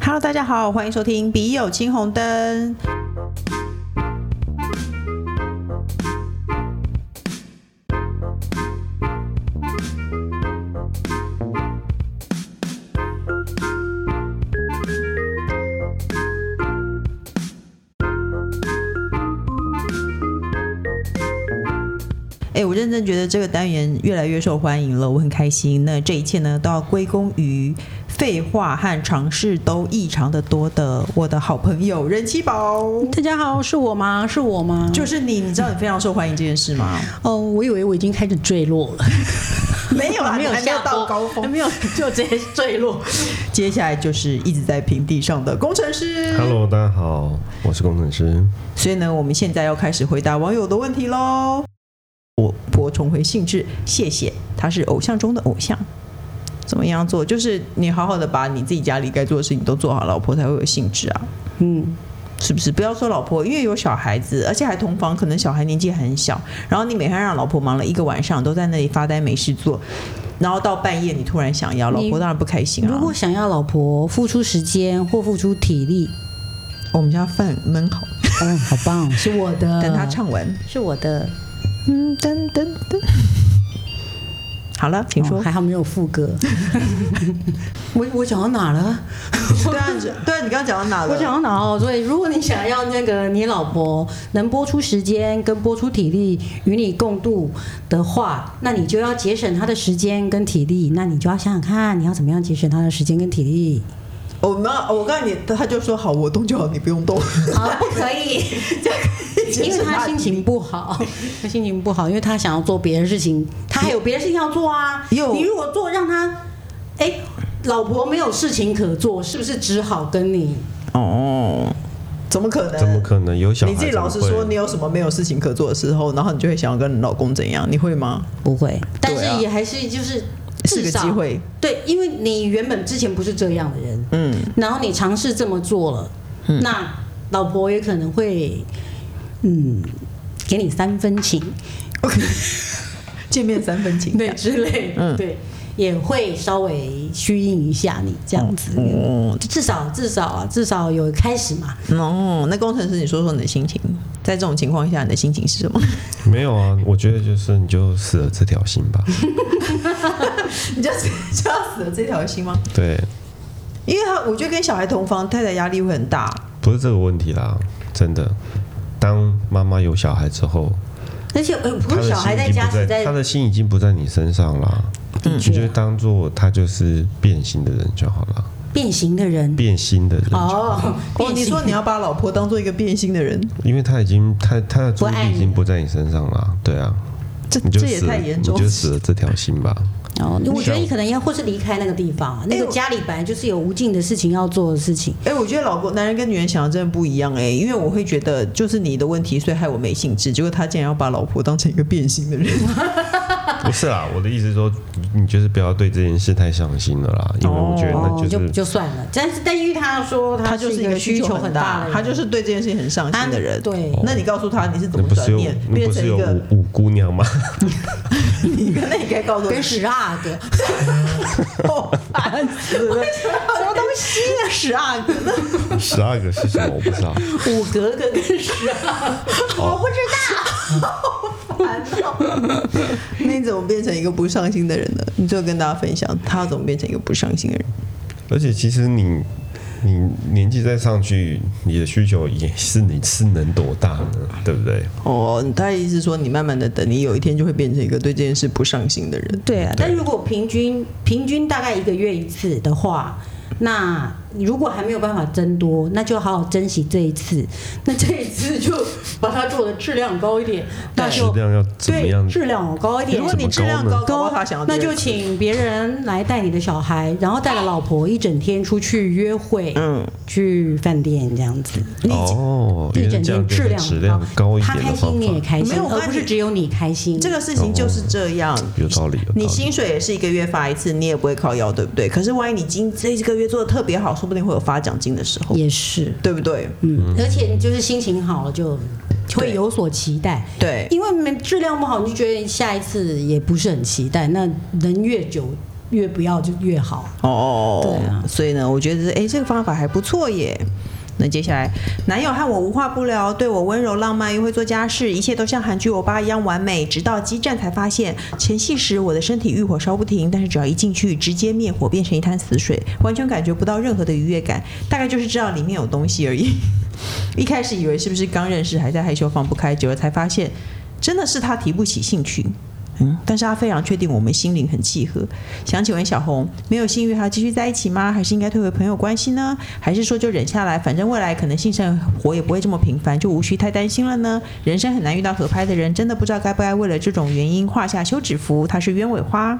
Hello，大家好，欢迎收听《笔友青红灯》。哎、我认真觉得这个单元越来越受欢迎了，我很开心。那这一切呢，都要归功于废话和尝试都异常的多的我的好朋友人气宝，大家好，是我吗？是我吗？就是你。你知道你非常受欢迎这件事吗？哦，我以为我已经开始坠落了， 没有啦，没有你还没有下到坡高峰，哦没有就直接坠落。 接下来就是一直在平地上的工程师。 Hello，大家好，我是工程师。所以呢，我们现在要开始回答网友的问题喽。我博重回兴致，谢谢，他是偶像中的偶像。怎么样做？就是你好好的把你自己家里该做的事情都做好，老婆才会有兴致啊， 嗯，是不是？不要说老婆，因为有小孩子，而且还同房，可能小孩年纪很小，然后你每天让老婆忙了一个晚上，都在那里发呆没事做，然后到半夜你突然想要，老你婆当然不开心啊。如果想要老婆付出时间或付出体力，我们家饭焖好，嗯，好棒， 是我的。等他，唱完，是我的。嗯，噔噔噔。好了，请说。哦还好没有副歌。 我我讲到哪了？对啊， 你对啊，你刚刚讲到哪我了？讲到哪哦？所以如果你想要那个你老婆能播出时间跟播出体力与你共度的话，那你就要节省她的时间跟体力，那你就要想想看你要怎么样节省她的时间跟体力。我没有，我告诉你，他就说好，我动就好，你不用动。好，不可以， 因为她心情 不好，她心情不好，因为她想要做别的事情，她还有别的事情要做啊。有你如果做让她，哎、老婆没有事情可做，是不是只好跟你？哦，怎么可能？怎么可能有小孩？你自己老实怎么说，会你有什么没有事情可做的时候，然后你就会想要跟你老公怎样？你会吗？不会，但对啊是也还是就是是个至少机会。对，因为你原本之前不是这样的人，嗯，然后你尝试这么做了，那老婆也可能会，嗯，给你三分情，见面三分情。对之类，嗯对，也会稍微虚应一下你这样子，哦至少至少啊，至少有开始嘛。哦，那工程师，你说说你的心情，在这种情况下，你的心情是什么？没有啊？我觉得就是你就死了这条心 吧。 你就就要死了这条心吗？对，因为他，我觉得跟小孩同房，太太压力会很大。不是这个问题啦，真的。当妈妈有小孩之后，而且，呃，不过她的小孩心已在经家不实在，在她的心已经不在你身上啦。的你就确当做他就是变心的人就好了，变形的人变心的人就好，哦，哦，变你形说你要把老婆当做一个变心的人，因为他已经他他的注意不爱力你已经不在你身上啦。对啊，这你就这也死了太严重你就死了这条心吧。哦，我觉得你可能要或是离开那个地方啊，那哎个我家里本来就是有无尽的事情要做的事情。哎、我觉得老公男人跟女人想的真的不一样哎、因为我会觉得就是你的问题，所以害我没兴致。结果他竟然要把老婆当成一个变心的人，不是啦，我的意思是说，你你就是不要对这件事太上心了啦，因为我觉得那哦，就、就是就算了，但是但因为他说他他就是是一一个个需需求求很很大，大的人，他就是对这件事情很上心的人。他对那你告诉他你是怎那么不是转有念那变不成是一有个，五五姑娘吗？ 那你该告诉跟他，十二个，哦 烦死了，什么东西啊，十二个，十二个是什么？我不 知道。五格格跟十二，啊 我不 知哦那你怎么变成一个不上心的人呢？你就跟大家分享他怎么变成一个不上心的人。而且其实你你年纪再上去，你的需求也是你是能多大呢？对不对？哦，他的意思是说，你慢慢的等，你有一天就会变成一个对这件事不上心的人。对啊，但如果平均平均大概一个月一次的话，那如果还没有办法增多，那就好好珍惜这一次。那这一次就把它做的质量高一 点，那质就量要怎么对样？质量高一点。如果你质量高，高他想要那第二就次请别人来带你的小孩，然后带着老婆一整天出去约会，嗯，去饭店这样子。哦，一原来整这样天质就是量质量高一他点开的心方你也法，开心没，有我而跟不是你只有你开心。这个事情就是这样。有道理。有道理你薪水也是一个月发一次，你也不会靠腰，对不对？可是万一你今这个月做的特别好，说不定会有发奖金的时候，也是，对不对？嗯，而且你就是心情好了就会有所期待。对，因为没质量不好，你就觉得下一次也不是很期待。那人越久，越不要就越好。哦，对啊所以呢，我觉得哎，诶这个方法还不错耶。那接下来，男友和我无话不聊，对我温柔浪漫，又会做家事，一切都像韩剧欧巴一样完美。直到激战才发现，前戏时我的身体欲火烧不停，但是只要一进去，直接灭火，变成一滩死水，完全感觉不到任何的愉悦感，大概就是知道里面有东西而已。 一开始以为是不是刚认识还在害羞放不开，久了才发现真的是他提不起兴趣。嗯，但是他非常确定我们心灵很契合。想请问小红，没有性欲还要继续在一起吗？还是应该退回朋友关系呢？还是说就忍下来，反正未来可能性生活也不会这么频繁，就无需太担心了呢？人生很难遇到合拍的人，真的不知道该不该为了这种原因画下休止符。他是鸢尾花。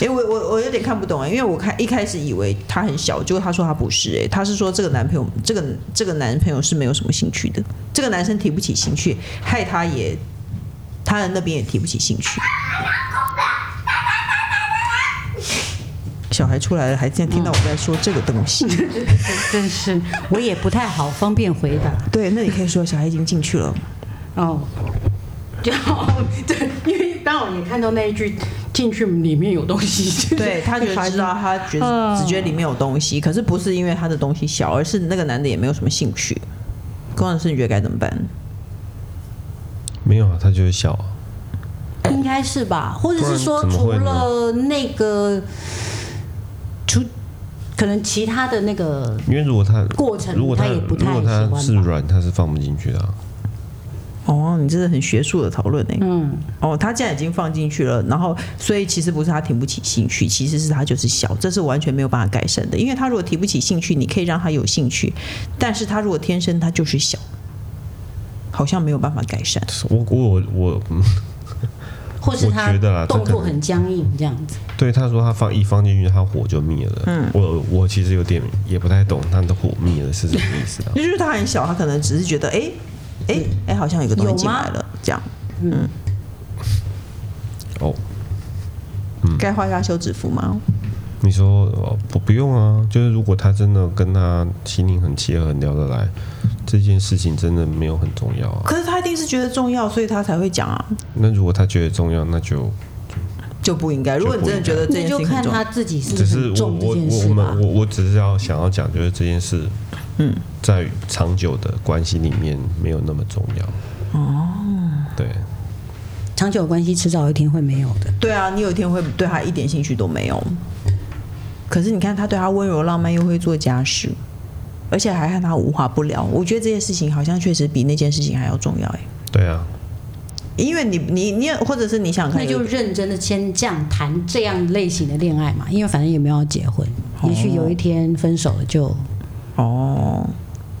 诶，我我我有点看不懂哎、因为我看一开始以为他很小，结果他说他不是哎、他是说这个男朋友，这个这个男朋友是没有什么兴趣的，这个男生提不起兴趣，害他也他人那边也提不起兴趣。小孩出来了，还竟然听到我在说这个东西。真是，我也不太好方便回答。 对，那你可以说小孩已经进去了。哦，就 对，因为刚好也看到那一句进去里面有东西，对他觉得知道，他觉得嗯只觉得里面有东西，可是不是因为他的东西小，而是那个男的也没有什么兴趣。工程师，你觉得该怎么办？没有啊，他就是小啊，应该是吧？或者是说，不然怎么除会呢了那个，除可能其他的那个因为如果他过程，如果他他也不太如果喜欢他吧。是软，他是放不进去的啊、哦，你这是很学术的讨论呢。嗯，哦，他既然已经放进去了，然后所以其实不是他提不起兴趣，其实是他就是小，这是完全没有办法改善的。因为他如果提不起兴趣，你可以让他有兴趣，但是他如果天生他就是小，好像没有办法改善。？我我我，嗯或是我他觉得啦这动作可能很僵硬这样子。对他说他放一放进去，他火就灭了。嗯，我我其实有点也不太懂他的火灭了是什么意思啊就是他很小，他可能只是觉得，哎、哎、哎、好像有个东西有进吗来了，这样哦，该画下休止符吗？你说哦不不用啊，就是如果他真的跟他心灵很契合、很聊得来，这件事情真的没有很重要啊。可是他一定是觉得重要，所以他才会讲啊，那如果他觉得重要，那就就不应该。如果你真的觉嗯得这那件事就情很看重要他，自己是只不是是很我重这我件我我事吧们。我我只是要想要讲，就是这件事，嗯，在长久的关系里面没有那么重要。哦，对，长久的关系迟早有一天会没有的。对啊，你有一天会对他一点兴趣都没有。可是你看，他对他温柔浪漫，又会做家事，而且还和他无话不聊。我觉得这件事情好像确实比那件事情还要重要哎，对啊，因为你你你，或者是你想看那就认真的先这样谈这样类型的恋爱嘛，因为反正也没有要结婚，也许有一天分手了就哦，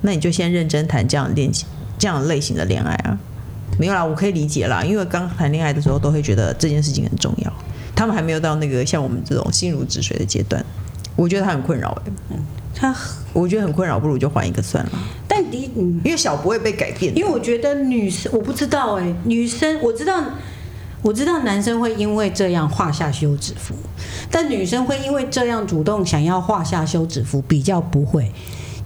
那你就先认真谈这样的恋情，这样类型的恋爱啊。没有啦，我可以理解啦，因为刚谈恋爱的时候都会觉得这件事情很重要，他们还没有到那个像我们这种心如止水的阶段，我觉得他很困扰哎、他。我觉得很困扰，不如就换一个算了，但你你，因为小不会被改变的。因为我觉得女生我不知道哎、女生我知道。我知道男生会因为这样画下休止符，但女生会因为这样主动想要画下休止符，比较不会。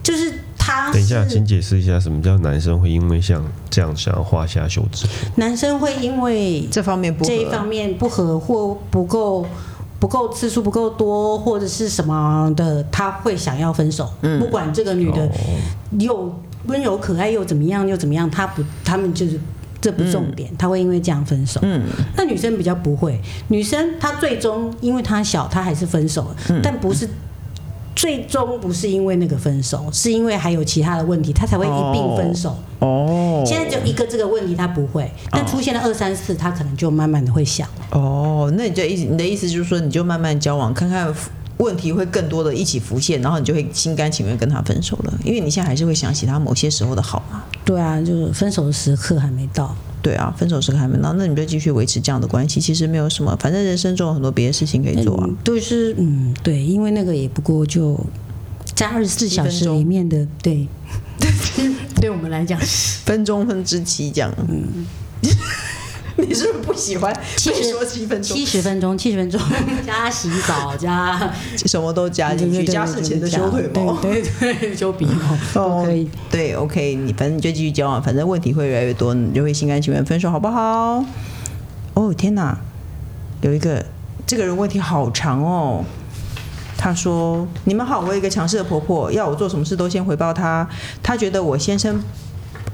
就是他等一下，啊是请解释一下什么叫男生会因为像这样想要画下休止符？男生会因为这方面不合这一方面不合或不够不够次数不够多或者是什么的，他会想要分手。不管这个女的哦，又温柔可爱又怎么样又怎么样，他不他们就是。这不重点，他会因为这样分手。嗯，那女生比较不会，女生她最终因为她小，她还是分手了，但不是最终不是因为那个分手，是因为还有其他的问题，她才会一并分手。哦现在只有一个这个问题，他不会，但出现了二三四，他可能就慢慢的会想。哦，那你就意思你的意思就是说，你就慢慢交往，看看问题会更多的一起浮现，然后你就会心甘情愿跟他分手了，因为你现在还是会想起他某些时候的好嘛。对啊，就是分手的时刻还没到。对啊，分手时刻还没到，那你就继续维持这样的关系，其实没有什么，反正人生中有很多别的事情可以做啊。嗯，就是嗯，对，因为那个也不过就在二十四小时里面的，对， 对我们来讲，分钟分之七这样。 你是不是不喜欢嗯其被实说七分钟七？十分钟，七十分钟 加洗澡加什么都加进去，加事前的休修腿毛。对对对，修鼻毛哦都可以。对，OK，你反正你就继续交往，反正问题会越来越多，你就会心甘情愿分手，好不好？哦，天哪，有一个这个人问题好长哦。他说：“你们好，我有一个强势的婆婆，要我做什么事都先回报她。她觉得我先生，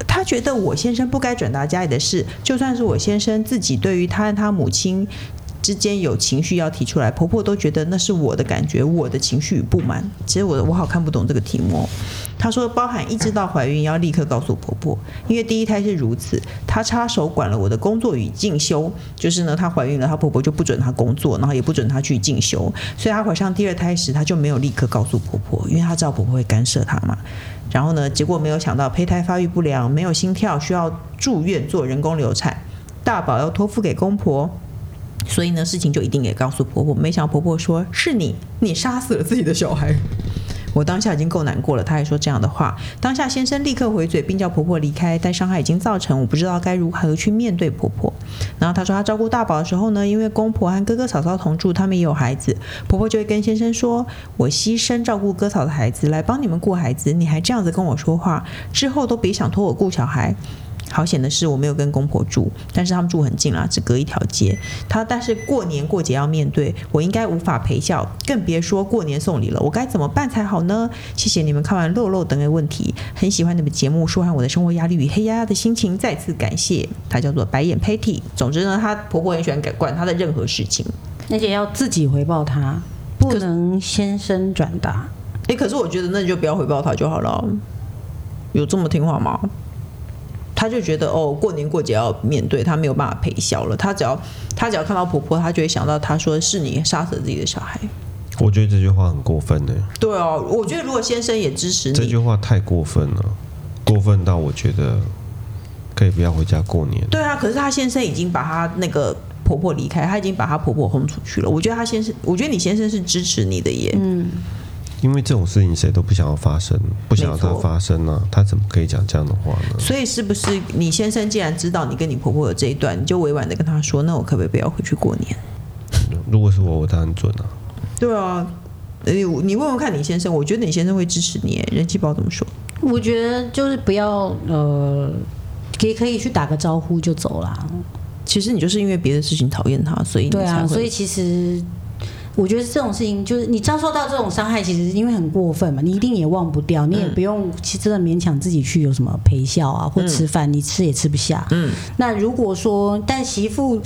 她觉得我先生不该转达家里的事，就算是我先生自己对于他和他母亲之间有情绪要提出来，婆婆都觉得那是我的感觉，我的情绪与不满。其实我我好看不懂这个题目、哦。”她说：“包含一知道怀孕要立刻告诉婆婆，因为第一胎是如此，她插手管了我的工作与进修。就是呢，她怀孕了，她婆婆就不准她工作，然后也不准她去进修。所以她怀上第二胎时，她就没有立刻告诉婆婆，因为她知道婆婆会干涉她嘛。然后呢，结果没有想到胚胎发育不良，没有心跳，需要住院做人工流产，大宝要托付给公婆。”所以呢，事情就一定也告诉婆婆。没想到婆婆说：“是你，你杀死了自己的小孩。”我当下已经够难过了，她还说这样的话。当下先生立刻回嘴，并叫婆婆离开，但伤害已经造成，我不知道该如何去面对婆婆。然后她说，她照顾大宝的时候呢，因为公婆和哥哥嫂嫂同住，他们也有孩子，婆婆就会跟先生说：“我牺牲照顾哥嫂的孩子来帮你们顾孩子，你还这样子跟我说话，之后都别想托我顾小孩。”好险的是，我没有跟公婆住，但是他们住很近啦，只隔一条街。他但是过年过节要面对，我应该无法陪笑，更别说过年送礼了。我该怎么办才好呢？谢谢你们看完肉肉等的问题，很喜欢你们节目，舒缓我的生活压力与黑压压的心情，再次感谢。她叫做白眼 Patty。总之呢，她婆婆很喜欢管她的任何事情。而且要自己回报他，不可能先生转达。诶，可是我觉得那你就不要回报她就好了。有这么听话吗？她就觉得哦，过年过节要面对，她没有办法陪笑了。她只要她只要看到婆婆，她就会想到她说是你杀死了自己的小孩。我觉得这句话很过分呢、欸对哦，我觉得如果先生也支持这你句，话太过分了，过分到我觉得可以不要回家过年。对啊，可是她先生已经把她那个婆婆离开，她已经把她婆婆轰出去了。我觉得她先生，我觉得你先生是支持你的耶。嗯，因为这种事情谁都不想要发生，不想要它没错发生啊，他怎么可以讲这样的话呢？所以是不是你先生既然知道你跟你婆婆有这一段，你就委婉的跟她说，那我可不可以不要回去过年？如果是我，我当然准啊。对啊，呃你问问看你先生，我觉得你先生会支持你耶。人气宝怎么说？我觉得就是不要呃，也可以去打个招呼就走啦。其实你就是因为别的事情讨厌他，所以你对才啊，会所以其实我觉得这种事情，就是你遭受到这种伤害，其实因为很过分嘛，你一定也忘不掉，嗯你也不用其实真的勉强自己去有什么陪笑啊，或吃饭，你吃也吃不下。嗯，那如果说，但媳妇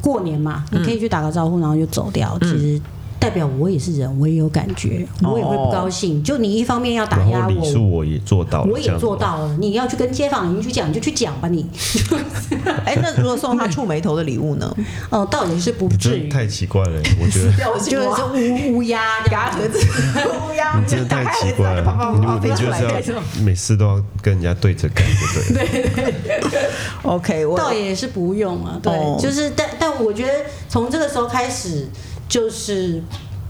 过年嘛，嗯你可以去打个招呼，然后就走掉，其实。代表我也是人，我也有感觉，我也会不高哦兴。就你一方面要打然压后我礼，数我也做到了，我这也样做子啊吗。到了。你要去跟街坊邻居讲，你就去讲吧。你哎、那如果送他触眉头的礼物呢？ 哦，倒也是不你至真于的，太奇怪了，我觉得我就是乌乌鸦这样盒子，乌鸦，你真的太奇怪了。你我你就是 要每次都要跟人家对着干，就 对了。 OK，我倒也是不用啊，对，哦就是但但我觉得从这个时候开始，就是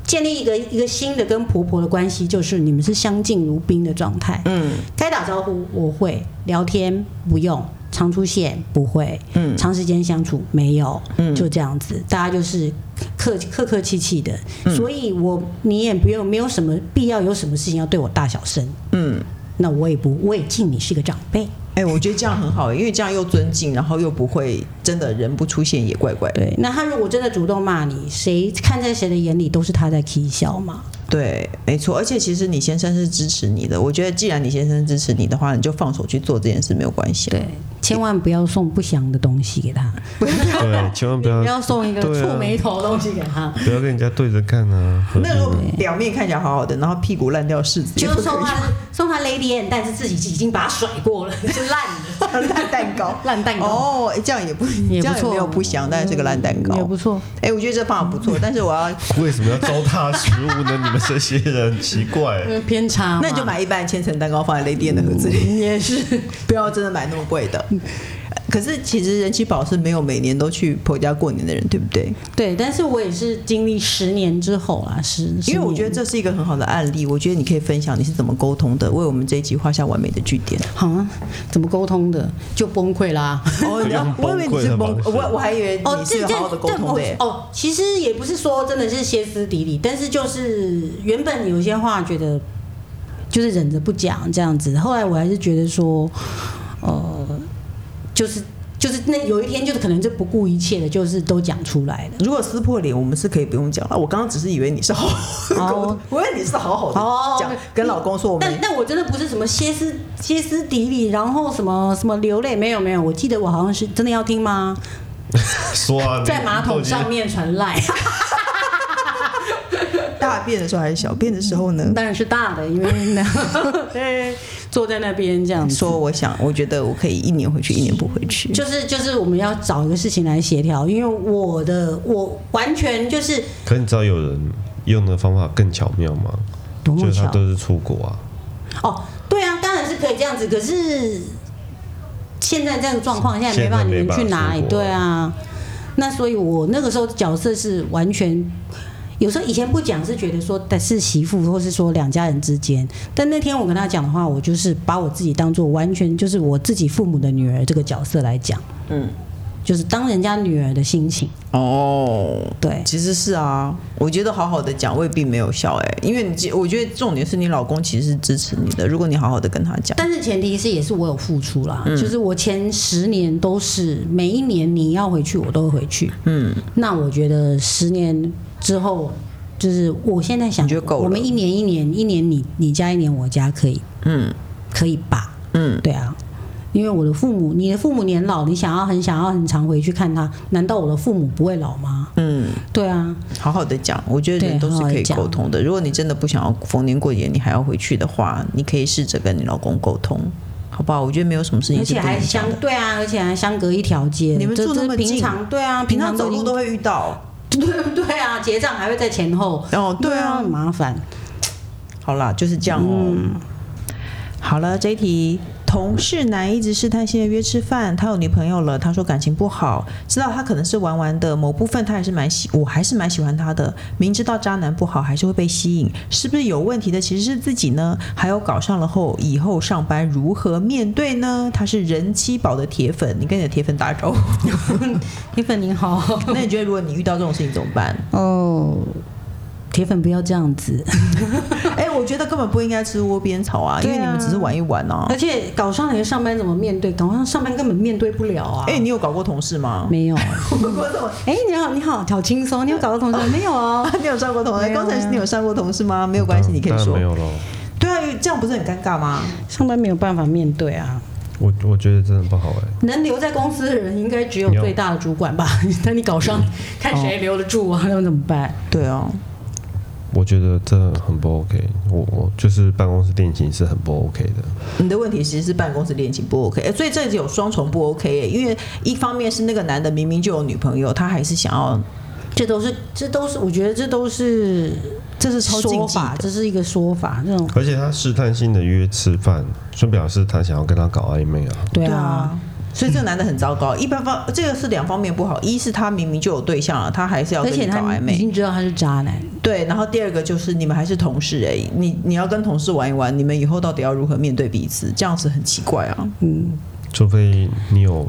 建立一个一个新的跟婆婆的关系，就是你们是相敬如宾的状态。嗯该打招呼我会，聊天不用，常出现不会，嗯长时间相处没有，嗯就这样子，大家就是客客客气气的，所以我你也不用没有什么必要有什么事情要对我大小声，嗯，那我也不我也敬你是个长辈，哎、我觉得这样很好，因为这样又尊敬，然后又不会真的人不出现也怪怪的。对，那他如果真的主动骂你，谁看在谁的眼里都是他在 k 笑嘛。对，没错。而且其实你先生是支持你的，我觉得既然你先生支持你的话，你就放手去做这件事没有关系。，对，千万不要送不祥的东西给他，对，千万不要啊不要送一个对啊触眉头的东西给他，不要跟人家对着干啊！何必那如果呢表面看起来好好的，然后屁股烂掉柿子，就也不是可送以他送他 Lady N，但是自己已经把它甩过了， 是烂的 烂蛋糕。 烂蛋糕，哦，哎这样也不，也这样不也错，没有不祥，但是是个烂蛋糕也。不错。嗯哎、我觉得这方法不错，但是我要，为什么要糟蹋食物呢？你们这些人很奇怪。因为偏差嘛，那你就买一般的千层蛋糕放在雷电的盒子里。 也是，不要真的买那么贵的。嗯可是其实人气宝是没有每年都去婆家过年的人，对不对？对，但是我也是经历十年之后啦，十，因为我觉得这这是一个很好的案例，我觉得你可以分享你是怎么沟通的，为我们这一集画下完美的句点。好啊，怎么沟通的就崩溃啦。哦用我以为你是崩崩溃的，方式我我还以为哦，你这是这好好的沟这通我的耶。哦，其实也不是说真的是歇斯底里，但是就是原本有些话觉得就是忍着不讲这样子，后来我还是觉得说，呃，就是就是那有一天就是可能就不顾一切的，就是都讲出来了。如果撕破脸，我们是可以不用讲啊了。我刚刚只是以为你是好好的沟通哦，我以为你是好好哦的讲，跟老公说我但们但我真的不是什么歇斯歇斯底里，然后什么什么流泪，没有没有，我记得我好像是真的要听吗？说啊，你在马桶上你面传赖，大便的时候还是小便的时候呢？当然是大的， 因为那对坐在那边这样子。说我想，我觉得我可以一年回去，一年不回去。就是就是我们要找一个事情来协调，因为我的我完全就是可是你知道有人用的方法更巧妙吗？多么就是他巧都是出国啊，哦，对啊，当然是可以这样子，可是现在这个状况，现在没办法，现在你没们去哪里？办法出国对啊，那所以我那个时候角色是完全。有时候以前不讲是觉得说但是媳妇或是说两家人之间，但那天我跟他讲的话，我就是把我自己当做完全就是我自己父母的女儿这个角色来讲，嗯，就是当人家女儿的心情，哦，对，其实是啊，我觉得好好的讲未必没有效哎、因为你记我觉得重点是你老公其实是支持你的，如果你好好的跟他讲，但是前提是也是我有付出啦，嗯就是我前十年都是每一年你要回去我都会回去，嗯，那我觉得十年之后，就是我现在想，你觉得够了我们一年一年，一年你你家一年我家可以，嗯可以吧？嗯，对啊，因为我的父母，你的父母年老，你想要很想要很常回去看他，难道我的父母不会老吗？嗯，对啊，好好的讲，我觉得对人都是好好可地以讲沟通的。如果你真的不想要逢年过节你还要回去的话，你可以试着跟你老公沟通，好不好？我觉得没有什么事情而是且不能还相讲的。对啊，而且还相隔一条街，你们这住那这么平近常对啊，平常都走已路经都会遇到。对 对啊，结账还会在前后，哦，对啊很，麻烦。好啦，就是这样哦。好了，这一题，同事男一直试探性的约吃饭，他有女朋友了，他说感情不好，知道他可能是玩玩的，某部分他还是蛮喜，我还是蛮喜欢他的。明知道渣男不好，还是会被吸引，是不是有问题的其实是自己呢？还有搞上了后，以后上班如何面对呢？他是人妻宝的铁粉，你跟你的铁粉打招呼。铁粉你好，那你觉得如果你遇到这种事情怎么办？哦，铁粉不要这样子，哎、我觉得根本不应该吃窝边草啊，因为对啊你们只是玩一玩 啊。而且搞上来上班怎么面对？搞上上班根本面对不了啊。哎、你有搞过同事吗？没有。我搞过同哎、你好，你好，好轻松。你有搞到同 事没有 哦啊？，你有上过同事？没有刚才是没有你有上过同事吗？没有关系，你可以当然说没。有喽。对啊，这样不是很尴尬吗？上班没有办法面对啊。我我觉得真的不好哎、能留在公司的人，应该只有没有最大的主管吧？ 那你搞上，看谁留得住啊？那怎么办？对啊，我觉得这很不 OK 我。我就是办公室恋情是很不 OK 的。你的问题其实是办公室恋情不 OK，、哎，所以这里有双重不 OK，、哎因为一方面是那个男的明明就有女朋友，他还是想要，这都是，这都是，我觉得这都是这是超禁说忌法，的。这是一个说法。这种而且他试探性的约吃饭，就表示他想要跟他搞暧昧啊。对对啊，啊，所以这个男的很糟糕。一般方这个是两方面不好，一是他明明就有对象了，他还是要而跟你且搞他暧已昧。经知道他是渣男，对，然后第二个就是你们还是同事哎、你你要跟同事玩一玩，你们以后到底要如何面对彼此？这样子很奇怪啊。除非你有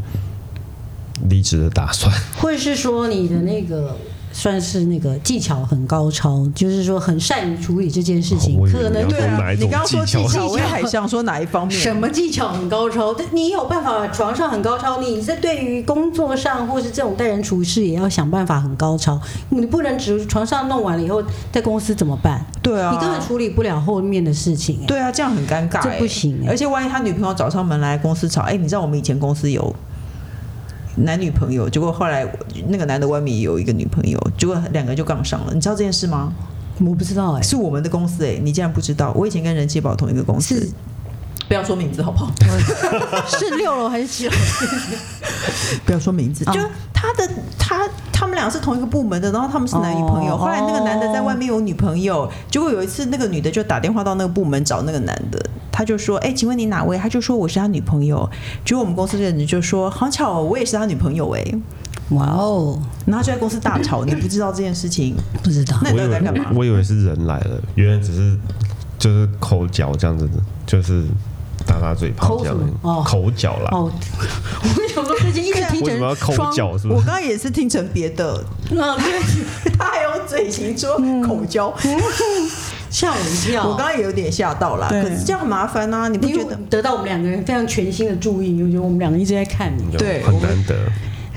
离职的打算，或者是说你的那个算是那个技巧很高超，就是说很善于处理这件事情，哦我以为可能你要对说啊。哪一你种刚刚说技技巧，巧？我也还想说哪一方面？什么技巧很高超？但你有办法床上很高超，你在对于工作上或是这种待人处事也要想办法很高超。你不能只床上弄完了以后在公司怎么办？对啊，你根本处理不了后面的事情、哎对啊，这样很尴尬、欸，这不行欸而且万一他女朋友找上门来公司吵，哎、你知道我们以前公司有男女朋友，结果后来那个男的外面也有一个女朋友，结果两个就杠上了，你知道这件事吗？我不知道 哎、是我们的公司哎、你竟然不知道？我以前跟人气宝同一个公司是，不要说名字好不好？是六楼还是七楼？不要说名字，啊就他的他他们俩是同一个部门的，然后他们是男女朋友。哦后来那个男的在外面有女朋友，结果有一次那个女的就打电话到那个部门找那个男的，他就说：“哎、请问你哪位？”他就说：“我是他女朋友。”结果我们公司的人就说：“好巧哦，我也是他女朋友哎、哇哦，然后就在公司大吵，你不知道这件事情，不知道。那你 到 我以底在为干嘛？我以为是人来了，原来只是就是口角这样子的，就是打打嘴炮这样抠什么哦口角啦。哦，我想说最近一直听为什么要成抠双脚？是我不刚是？刚也是听 成别的，啊，对，他还有嘴型说口交，吓我一跳。我刚刚也有点吓到啦，啊对可是这样很麻烦啊，你不因觉为得？得到我们两个人非常全新的注意，我觉得我们两个一直在看你。 对很难得。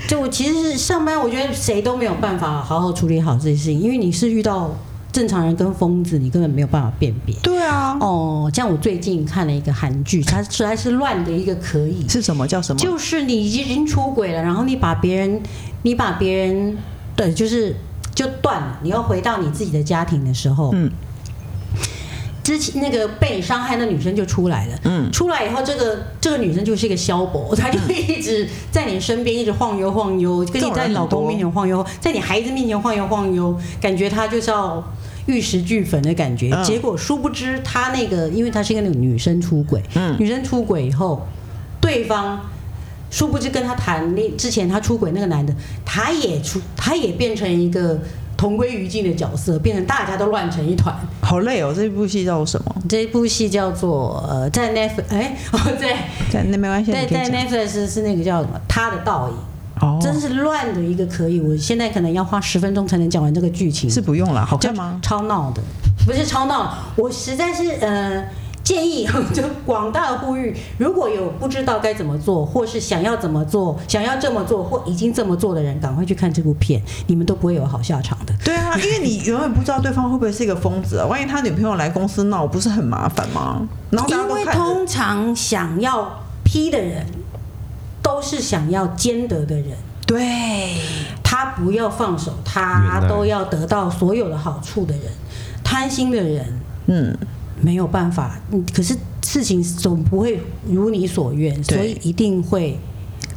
就我其实是上班，我觉得谁都没有办法好好处理好这些事情，因为你是遇到正常人跟疯子，你根本没有办法辨别。对啊，哦，像我最近看了一个韩剧，它实在是乱的一个可以，是什么叫什么？就是你已经出轨了，然后你把别人，你把别人，对，就是就断了，你要回到你自己的家庭的时候，嗯之前那个被你伤害的女生就出来了，嗯，出来以后，这个这个女生就是一个消薄， 她就一直在你身边一直晃悠晃悠，嗯这跟你种人在很老公多面前晃悠，在你孩子面前晃悠晃悠，感觉她就是要玉石俱焚的感觉。嗯结果殊不知，她那个因为她是跟那个女生出轨，嗯女生出轨以后，对方。殊不知跟她谈恋之前，她出轨那个男的，他也出，他也变成一个同归于尽的角色，变成大家都乱成一团。好累哦，这部戏叫什么？这部戏叫做呃，在 Netflix 哎、 哦对，在那没关系，在你可以在讲。 Netflix 是那个叫什么？他的倒影，哦，真是乱的一个可以。我现在可能要花十分钟才能讲完这个剧情，是不用了，好就看吗？超闹的，不是超闹，我实在是呃。建议 就广大的呼吁，如果有不知道该怎么做，或是想要怎么做、想要这么做或已经这么做的人，赶快去看这部片，你们都不会有好下场的。对啊，因为你永远不知道对方会不会是一个疯子啊，万一他女朋友来公司闹，不是很麻烦吗？然后大家因都为看着，通常想要批的人，都是想要兼得的人，对，他不要放手，他原来都要得到所有的好处的人，贪心的人嗯，没有办法。嗯可是事情总不会如你所愿，对所以一定会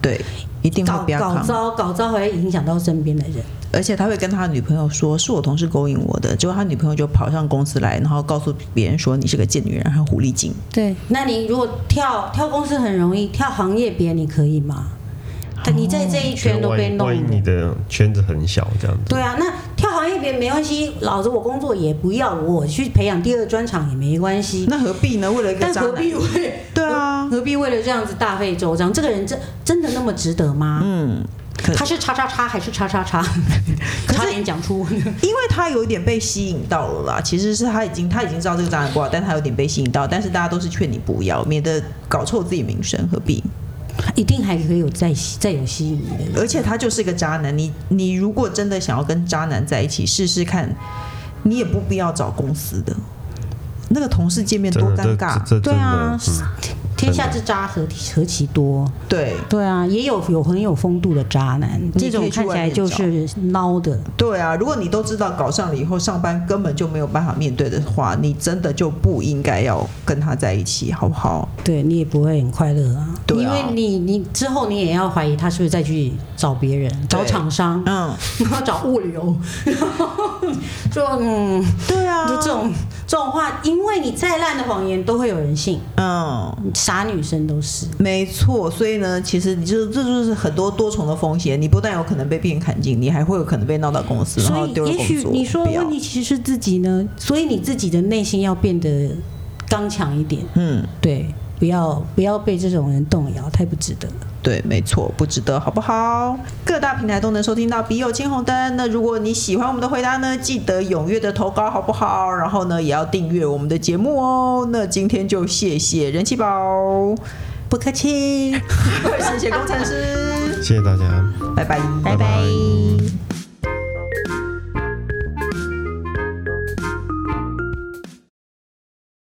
对，一定搞会不要搞扛，糟，搞糟还会影响到身边的人。而且他会跟他女朋友说是我同事勾引我的，结果他女朋友就跑上公司来，然后告诉别人说你是个贱女人和狐狸精。对，那你如果跳跳公司很容易，跳行业别你可以吗？但你在这一圈都万被一弄万一了你的圈子很小，这样子，对啊，那跳行业别没关系，老子我工作也不要，我去培养第二专长也没关系。那何必呢？为了一个但渣何男，必为对啊，何必为了这样子大费周章？这个人真真的那么值得吗？嗯，可他是叉叉叉还是叉叉叉？ 可是差点讲出。因为他有点被吸引到了啦，其实是他已经他已经知道这个渣男不好，但他有点被吸引到，但是大家都是劝你不要，免得搞臭自己名声，何必？一定还可以有再吸再有吸引你的人，而且他就是个渣男，你你如果真的想要跟渣男在一起试试看，你也不必要找公司的，那个同事见面真多的尴这尬，这这对真啊的，嗯天下之渣何何其多？对对啊，也有有很有风度的渣男，你这可种以去看起外来面就找是孬的。对啊，如果你都知道搞上了以后上班根本就没有办法面对的话，你真的就不应该要跟他在一起，好不好？对你也不会很快乐啊，对啊因为你你之后你也要怀疑他是不是再去找别人、找 厂商，嗯，然后找 物流，然后就嗯，对啊，就这种这种话，因为你再烂的谎言都会有人信，嗯。傻女生都是。没错，所以呢，其实你就这就是很多多重的风险。你不但有可能被别人砍进，你还会有可能被闹到公司，然所后以丢了也工许作。你说不的要问题其实是自己呢，所以你自己的内心要变得刚强一点，嗯，对，不要不要被这种人动摇，太不值得了。对，没错，不值得，好不好？各大平台都能收听到《笔友青红灯》。那如果你喜欢我们的回答呢，记得踊跃的投稿，好不好？然后呢，也要订阅我们的节目哦。那今天就谢谢人气宝，哦不客 气。谢谢工程师，谢谢大家，拜拜。拜拜